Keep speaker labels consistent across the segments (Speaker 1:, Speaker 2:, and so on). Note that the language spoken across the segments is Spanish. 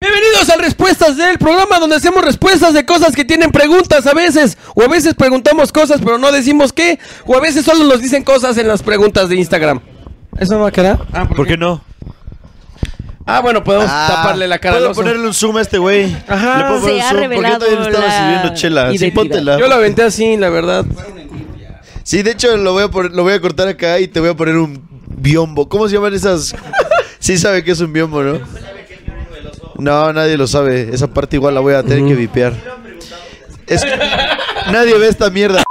Speaker 1: Bienvenidos a Respuestas del programa donde hacemos respuestas de cosas que tienen preguntas a veces. O a veces preguntamos cosas pero no decimos qué. O a veces solo nos dicen cosas en las preguntas de Instagram. ¿Eso no va a quedar? Ah,
Speaker 2: ¿Por qué no?
Speaker 1: Ah, bueno, podemos
Speaker 3: Ah,
Speaker 1: taparle la cara al
Speaker 2: Puedo
Speaker 1: oso.
Speaker 2: ponerle un zoom a este güey.
Speaker 1: Ajá.
Speaker 2: Le puedo
Speaker 4: Se
Speaker 2: poner un
Speaker 4: ha
Speaker 2: zoom.
Speaker 4: revelado
Speaker 2: ¿Por qué todavía me está
Speaker 4: la
Speaker 2: recibiendo chela? Sí,
Speaker 4: identidad.
Speaker 2: póntela.
Speaker 1: Ah, Yo la aventé así, la verdad.
Speaker 3: Sí, de hecho lo voy, a poner- lo voy a cortar acá y te voy a poner un biombo. ¿Cómo se llaman esas? sí sabe que es un biombo, ¿no? No, nadie lo sabe. Esa parte igual la voy a tener que vipear. Es- Nadie ve esta mierda.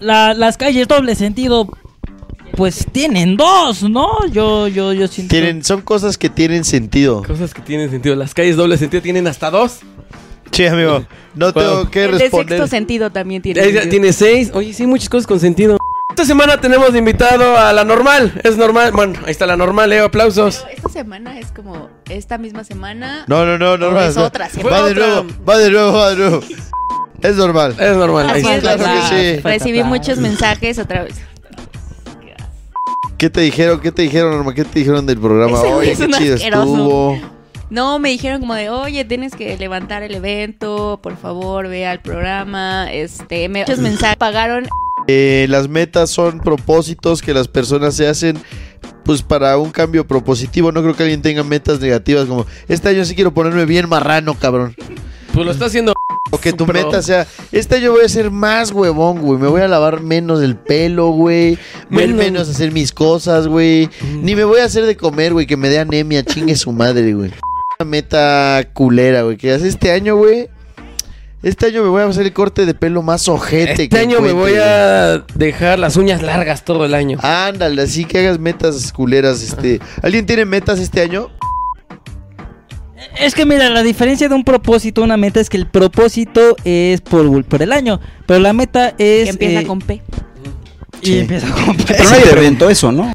Speaker 5: La- las calles doble sentido, pues tienen dos, ¿no? Yo, yo, yo siento.
Speaker 3: Tienen, son cosas que tienen sentido.
Speaker 1: Cosas que tienen sentido. Las calles doble sentido tienen hasta dos.
Speaker 3: Sí, amigo. No tengo que
Speaker 4: El de sexto
Speaker 3: responder.
Speaker 4: sentido también tiene.
Speaker 1: Ella
Speaker 4: sentido.
Speaker 1: tiene seis. Oye, sí, muchas cosas con sentido. Esta semana tenemos de invitado a la normal. Es normal. Bueno, ahí está la normal, Leo. Aplausos.
Speaker 4: Pero Esta semana es como esta misma semana.
Speaker 3: No, no, no, no. no,
Speaker 4: Es
Speaker 3: no.
Speaker 4: otra, sí.
Speaker 3: Va de
Speaker 1: Fue otra.
Speaker 3: nuevo, va de nuevo, va de nuevo. Es normal.
Speaker 1: Es normal. ahí
Speaker 4: Así
Speaker 1: está.
Speaker 4: es,
Speaker 3: claro
Speaker 4: recibí-
Speaker 3: que sí.
Speaker 4: Recibí muchos mensajes otra vez.
Speaker 3: ¿Qué te dijeron? ¿Qué te dijeron, Norma? ¿Qué te dijeron del programa?
Speaker 4: Ese güey
Speaker 3: Oye,
Speaker 4: es
Speaker 3: qué
Speaker 4: un
Speaker 3: chido
Speaker 4: asqueroso.
Speaker 3: estuvo.
Speaker 4: No, me dijeron como de, oye, tienes que levantar el evento, por favor, ve al programa. Este, me- muchos mensajes pagaron.
Speaker 3: Eh, las metas son propósitos que las personas se hacen pues para un cambio propositivo. No creo que alguien tenga metas negativas como este año sí quiero ponerme bien marrano, cabrón.
Speaker 1: Pues lo está haciendo.
Speaker 3: O que tu
Speaker 1: Pero-
Speaker 3: meta sea, este año voy a ser más huevón, güey. Me voy a lavar menos el pelo, güey. Voy a
Speaker 1: Menos.
Speaker 3: menos a hacer mis cosas, güey. Ni me voy a hacer de comer, güey, que me dé anemia, chingue su madre, güey. Una meta culera, güey, que hace este año, güey. Este año me voy a hacer el corte de pelo más ojete
Speaker 1: Este
Speaker 3: que
Speaker 1: año me
Speaker 3: encuentre, Ah.
Speaker 1: voy a
Speaker 3: güey.
Speaker 1: dejar las uñas largas todo el año.
Speaker 3: Ándale, así que hagas metas culeras, este. ¿Alguien tiene metas este año?
Speaker 5: Es que mira, la diferencia de un propósito a una meta es que el propósito es por, por el año, pero la meta es.
Speaker 4: que empieza
Speaker 5: eh,
Speaker 4: con P.
Speaker 5: y empieza con P.
Speaker 6: Pero nadie preguntó eso, ¿no?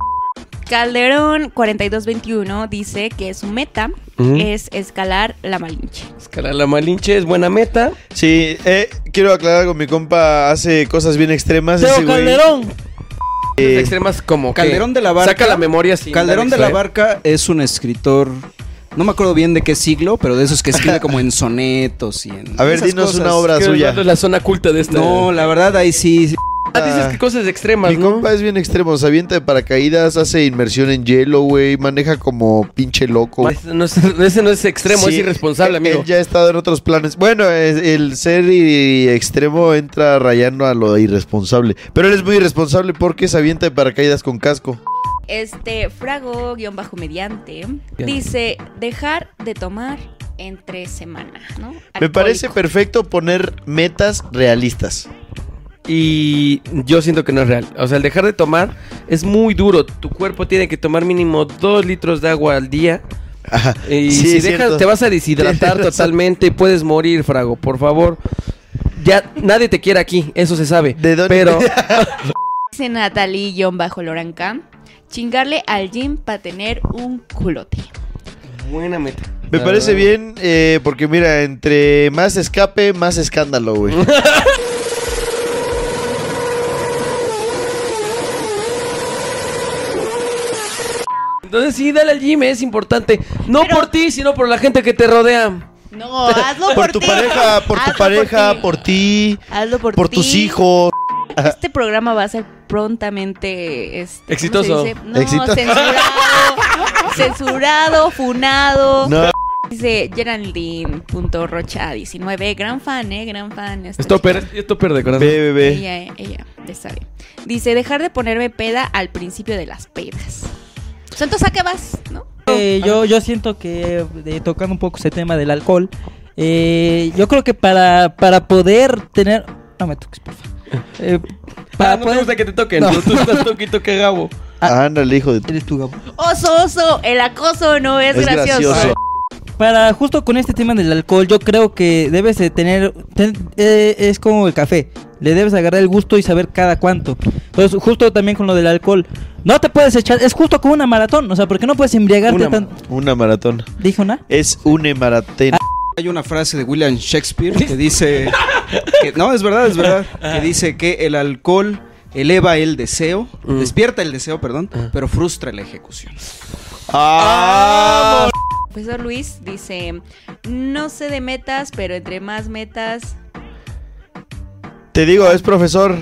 Speaker 4: Calderón 4221 dice que su meta
Speaker 1: Ujú.
Speaker 4: es escalar la Malinche.
Speaker 1: Escalar la Malinche es buena meta.
Speaker 3: Sí, eh, quiero aclarar algo. Mi compa hace cosas bien extremas.
Speaker 5: Teo
Speaker 3: ese güey.
Speaker 5: Calderón.
Speaker 3: Eh,
Speaker 1: Extremas como que
Speaker 6: Calderón de la Barca.
Speaker 1: Saca la memoria sin
Speaker 6: Calderón
Speaker 1: dar
Speaker 6: de la
Speaker 1: extra-
Speaker 6: Barca es un escritor. No me acuerdo bien de qué siglo, pero de esos que escribe como en sonetos y en.
Speaker 3: A ver,
Speaker 6: esas
Speaker 3: dinos
Speaker 6: cosas.
Speaker 3: una obra
Speaker 1: Que
Speaker 3: suya.
Speaker 1: Osvaldo es la zona culta de esta.
Speaker 6: No, la verdad ahí sí.
Speaker 1: Ah, dices que cosas extremas,
Speaker 3: Mi
Speaker 1: ¿no?
Speaker 3: compa es bien extremo, se avienta de paracaídas, hace inmersión en hielo, güey, maneja como pinche loco. güey.
Speaker 1: Ese no es- ese no es extremo, es
Speaker 3: Sí, eh,
Speaker 1: irresponsable,
Speaker 3: él-
Speaker 1: amigo.
Speaker 3: Él ya ha estado en otros planes. Bueno, es- el ser i- extremo entra rayando a lo irresponsable. Pero él es muy irresponsable porque se avienta de paracaídas con casco.
Speaker 4: Este Frago-mediante dice dejar de tomar entre semana, ¿no?
Speaker 3: Me parece
Speaker 4: Alcohólico.
Speaker 3: perfecto poner metas realistas.
Speaker 1: Y yo siento que no es real. O sea, el dejar de tomar es muy duro. Tu cuerpo tiene que tomar mínimo dos litros de agua al día.
Speaker 3: Ajá.
Speaker 1: Y
Speaker 3: Sí,
Speaker 1: si
Speaker 3: es
Speaker 1: dejas,
Speaker 3: cierto.
Speaker 1: te vas a deshidratar
Speaker 3: Tienes razón.
Speaker 1: totalmente y puedes morir, Frago. Por favor. Ya nadie te quiere aquí, eso se sabe.
Speaker 3: ¿De dónde?
Speaker 1: Pero
Speaker 4: Dice Natalie-Loranca chingarle al gym para tener un culote.
Speaker 1: buena meta. Ah.
Speaker 3: Me parece bien eh, porque mira, entre más escape, más escándalo, güey.
Speaker 1: Entonces sí, dale al gym, es importante. No
Speaker 4: Pero-
Speaker 1: por ti, sino por la gente que te rodea.
Speaker 4: No, hazlo por,
Speaker 3: Por tu
Speaker 4: ti.
Speaker 3: pareja, por tu
Speaker 4: Hazlo
Speaker 3: pareja, por ti,
Speaker 4: Hazlo por,
Speaker 3: por
Speaker 4: ti.
Speaker 3: tus hijos.
Speaker 4: Este programa va a ser prontamente este, ¿cómo
Speaker 1: Exitoso.
Speaker 4: se dice? No,
Speaker 3: Exitoso.
Speaker 4: censurado, censurado, funado.
Speaker 3: No.
Speaker 4: Dice Geraldine.rocha19, gran fan, eh, gran fan. esta
Speaker 1: Stopper, stopper de corazón.
Speaker 3: Ve, ve, ve.
Speaker 4: chica. Ella, eh, ella, ya sabe. Dice, dejar de ponerme peda al principio de las pedas. O sea, Entonces, ¿a qué vas? ¿No?
Speaker 5: Eh, yo, yo siento que, eh, tocando un poco ese tema del alcohol, eh, yo creo que para, para poder tener. No me toques, por favor. Eh, para
Speaker 1: Ah, no me
Speaker 5: poder-
Speaker 1: gusta que te toquen.
Speaker 5: No.
Speaker 1: Tú estás toquito que gabo.
Speaker 3: Ah, Ándale, hijo de...
Speaker 5: Eres tú, Gabo.
Speaker 4: Oso, oso, el acoso no es,
Speaker 3: Es gracioso.
Speaker 5: Para justo con este tema del alcohol, yo creo que debes de tener, ten- eh, es como el café, le debes agarrar el gusto y saber cada cuánto. Entonces, justo también con lo del alcohol, no te puedes echar, es justo como una maratón, o sea, porque no puedes embriagarte
Speaker 3: Una,
Speaker 5: tan...
Speaker 3: una maratón.
Speaker 5: ¿Dijo una?
Speaker 3: Es une maratón.
Speaker 6: Hay una frase de William Shakespeare que dice. que- no, es verdad, es verdad. Que dice que el alcohol eleva el deseo, despierta el deseo, perdón, pero frustra la ejecución.
Speaker 3: ¡Ah!
Speaker 4: Profesor Luis dice, no sé de metas, pero entre más metas...
Speaker 3: Te digo, es profesor.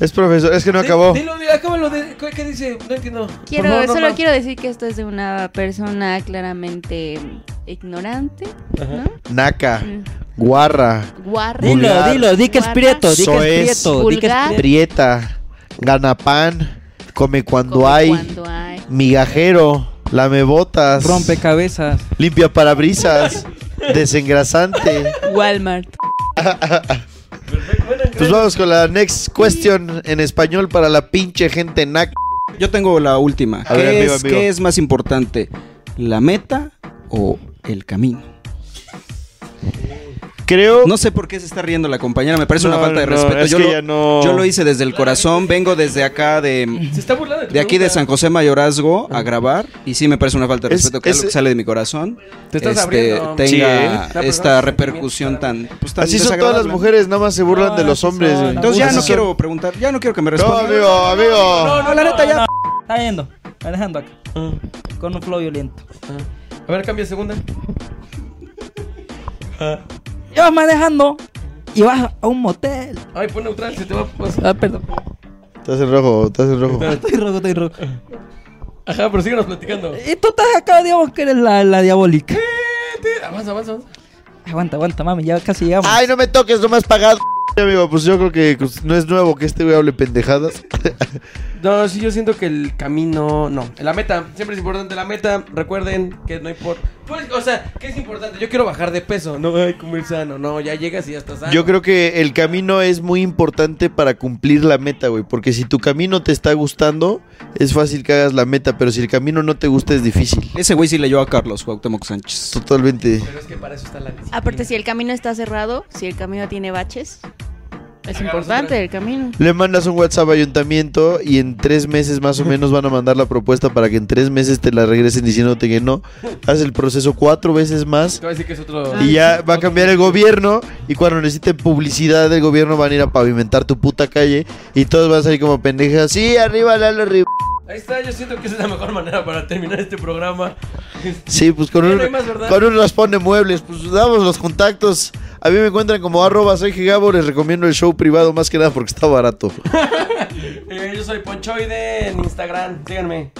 Speaker 3: Es profesor. Es que no acabó.
Speaker 1: Dilo, dilo, acábalo de- ¿qué, qué dice? No entiendo. Por
Speaker 4: Quiero,
Speaker 1: favor,
Speaker 4: solo
Speaker 1: Norma.
Speaker 4: quiero decir que esto es de una persona claramente ignorante, ¿no?
Speaker 3: Naca.
Speaker 4: Mm.
Speaker 3: Guarra.
Speaker 4: Guarra.
Speaker 5: Dilo, dilo, di que es
Speaker 4: Guarra.
Speaker 5: prieto, di que
Speaker 3: Soez.
Speaker 5: es prieto, di que es
Speaker 4: Vulgar.
Speaker 5: prieto.
Speaker 3: Prieta. Ganapán. Come cuando
Speaker 4: Como
Speaker 3: hay.
Speaker 4: Cuando hay.
Speaker 3: Migajero. Lamebotas.
Speaker 5: Rompecabezas.
Speaker 3: Limpia parabrisas. desengrasante.
Speaker 4: Walmart.
Speaker 3: Pues vamos con la next question en español para la pinche gente naca.
Speaker 6: Yo tengo la última.
Speaker 3: A
Speaker 6: ¿Qué,
Speaker 3: ver, amigo,
Speaker 6: es,
Speaker 3: amigo.
Speaker 6: qué es más importante, la meta o el camino?
Speaker 3: Creo.
Speaker 6: No sé por qué se está riendo la compañera, me parece
Speaker 3: No,
Speaker 6: una falta de
Speaker 3: no,
Speaker 6: respeto.
Speaker 3: es
Speaker 6: Yo
Speaker 3: que
Speaker 6: lo,
Speaker 3: ya no-
Speaker 6: yo lo hice desde el corazón, vengo desde acá de,
Speaker 1: Se está burlando tu
Speaker 6: de aquí de
Speaker 1: pregunta.
Speaker 6: San José Mayorazgo a grabar y sí me parece una falta de
Speaker 3: Es-
Speaker 6: respeto que algo
Speaker 3: es-
Speaker 6: que sale de mi corazón este,
Speaker 1: Te estás abriendo. Sí, ¿eh?
Speaker 6: tenga
Speaker 1: Está
Speaker 6: esta
Speaker 1: perdonando
Speaker 6: repercusión tan, pues, tan
Speaker 3: Así son todas las
Speaker 6: desagradable.
Speaker 3: mujeres, nada más se burlan
Speaker 5: No,
Speaker 3: de los
Speaker 5: así
Speaker 3: hombres.
Speaker 5: son,
Speaker 3: güey.
Speaker 6: Entonces ya
Speaker 5: Así
Speaker 6: no
Speaker 5: son.
Speaker 6: quiero preguntar, ya no quiero que me
Speaker 3: No,
Speaker 6: respondan.
Speaker 3: amigo, amigo.
Speaker 5: No, la neta ya. Ah. Está yendo, Alejandro acá. Con un flow violento.
Speaker 1: A ver, cambia segunda.
Speaker 5: Ya vas manejando y vas a un motel.
Speaker 1: Ay, pon neutral, se te va a pasar.
Speaker 5: Ah, perdón.
Speaker 3: Estás en rojo, estás en rojo.
Speaker 5: Estoy rojo, estoy rojo.
Speaker 1: Ajá, pero síguenos platicando.
Speaker 4: Eh,
Speaker 5: Y tú estás acá, digamos que eres la, la diabólica.
Speaker 1: Avanza, avanza, avanza.
Speaker 5: Aguanta, aguanta, mami, ya casi llegamos.
Speaker 3: Ay, no me toques, no me has pagado. Amigo, pues yo creo que pues, no es nuevo que este güey hable pendejadas.
Speaker 1: No, sí, yo siento que el camino. No, la meta. Siempre es importante la meta. Recuerden que no importa. Pues, o sea, que es importante. Yo quiero bajar de peso. No, ay, comer sano. No, ya llegas y ya estás sano.
Speaker 3: Yo creo que el camino es muy importante para cumplir la meta, güey. Porque si tu camino te está gustando, es fácil que hagas la meta. Pero si el camino no te gusta, es difícil.
Speaker 6: Ese güey sí leyó a Carlos Cuauhtémoc Sánchez.
Speaker 3: Totalmente.
Speaker 1: Pero es que para eso está la disciplina.
Speaker 4: Aparte, si el camino está cerrado, si el camino tiene baches, es
Speaker 1: Hagamos
Speaker 4: importante
Speaker 1: otra.
Speaker 4: el camino.
Speaker 3: Le mandas un WhatsApp a ayuntamiento y en tres meses más o menos van a mandar la propuesta para que en tres meses te la regresen diciéndote que no. Haz el proceso cuatro veces más
Speaker 1: Te voy a decir que es
Speaker 4: Ah.
Speaker 1: otro.
Speaker 3: y ya va a cambiar el gobierno y cuando necesiten publicidad del gobierno van a ir a pavimentar tu puta calle y todos van a salir como pendejas. Sí, arriba Lalo Rib-".
Speaker 1: Ahí está, yo siento que esa es la mejor manera para terminar este programa.
Speaker 3: Sí, pues con
Speaker 1: Ya no
Speaker 3: uno,
Speaker 1: hay más, ¿verdad?
Speaker 3: con uno nos pone muebles, pues damos los contactos. A mí me encuentran como arroba soy Gigabo, les recomiendo el show privado más que nada porque está barato.
Speaker 1: Eh, yo soy Ponchoide en Instagram. Síganme.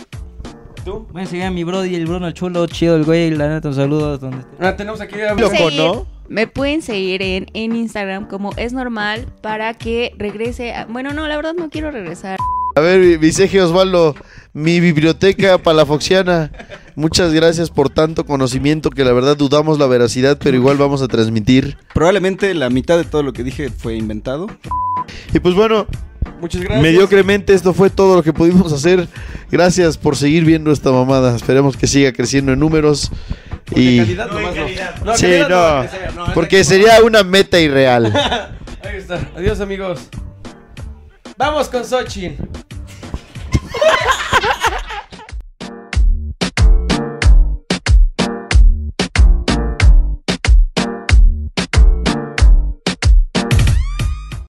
Speaker 1: ¿Tú?
Speaker 5: Bueno, sigue a mi brody, el Bruno, el chulo, chido, el güey, la neta, un saludo. Donde esté.
Speaker 1: Ah, tenemos aquí a...
Speaker 3: Loco,
Speaker 4: Seguir.
Speaker 3: ¿no?
Speaker 4: Me pueden seguir en, en Instagram como es normal para que regrese. a- bueno, no, la verdad no quiero regresar.
Speaker 3: A ver, mi- mi Sergio Osvaldo, mi biblioteca palafoxiana, muchas gracias por tanto conocimiento que la verdad dudamos la veracidad, pero igual vamos a transmitir.
Speaker 6: Probablemente la mitad de todo lo que dije fue inventado.
Speaker 3: Y pues bueno,
Speaker 1: Muchas gracias.
Speaker 3: mediocremente esto fue todo lo que pudimos hacer. Gracias por seguir viendo esta mamada. Esperemos que siga creciendo en números.
Speaker 1: Porque
Speaker 3: Y...
Speaker 1: calidad nomás no. No,
Speaker 3: sí,
Speaker 1: calidad
Speaker 3: no,
Speaker 1: va a crecer, no, es
Speaker 3: porque
Speaker 1: que-
Speaker 3: sería una meta irreal.
Speaker 1: Ahí está. Adiós, amigos. Vamos con Sochi.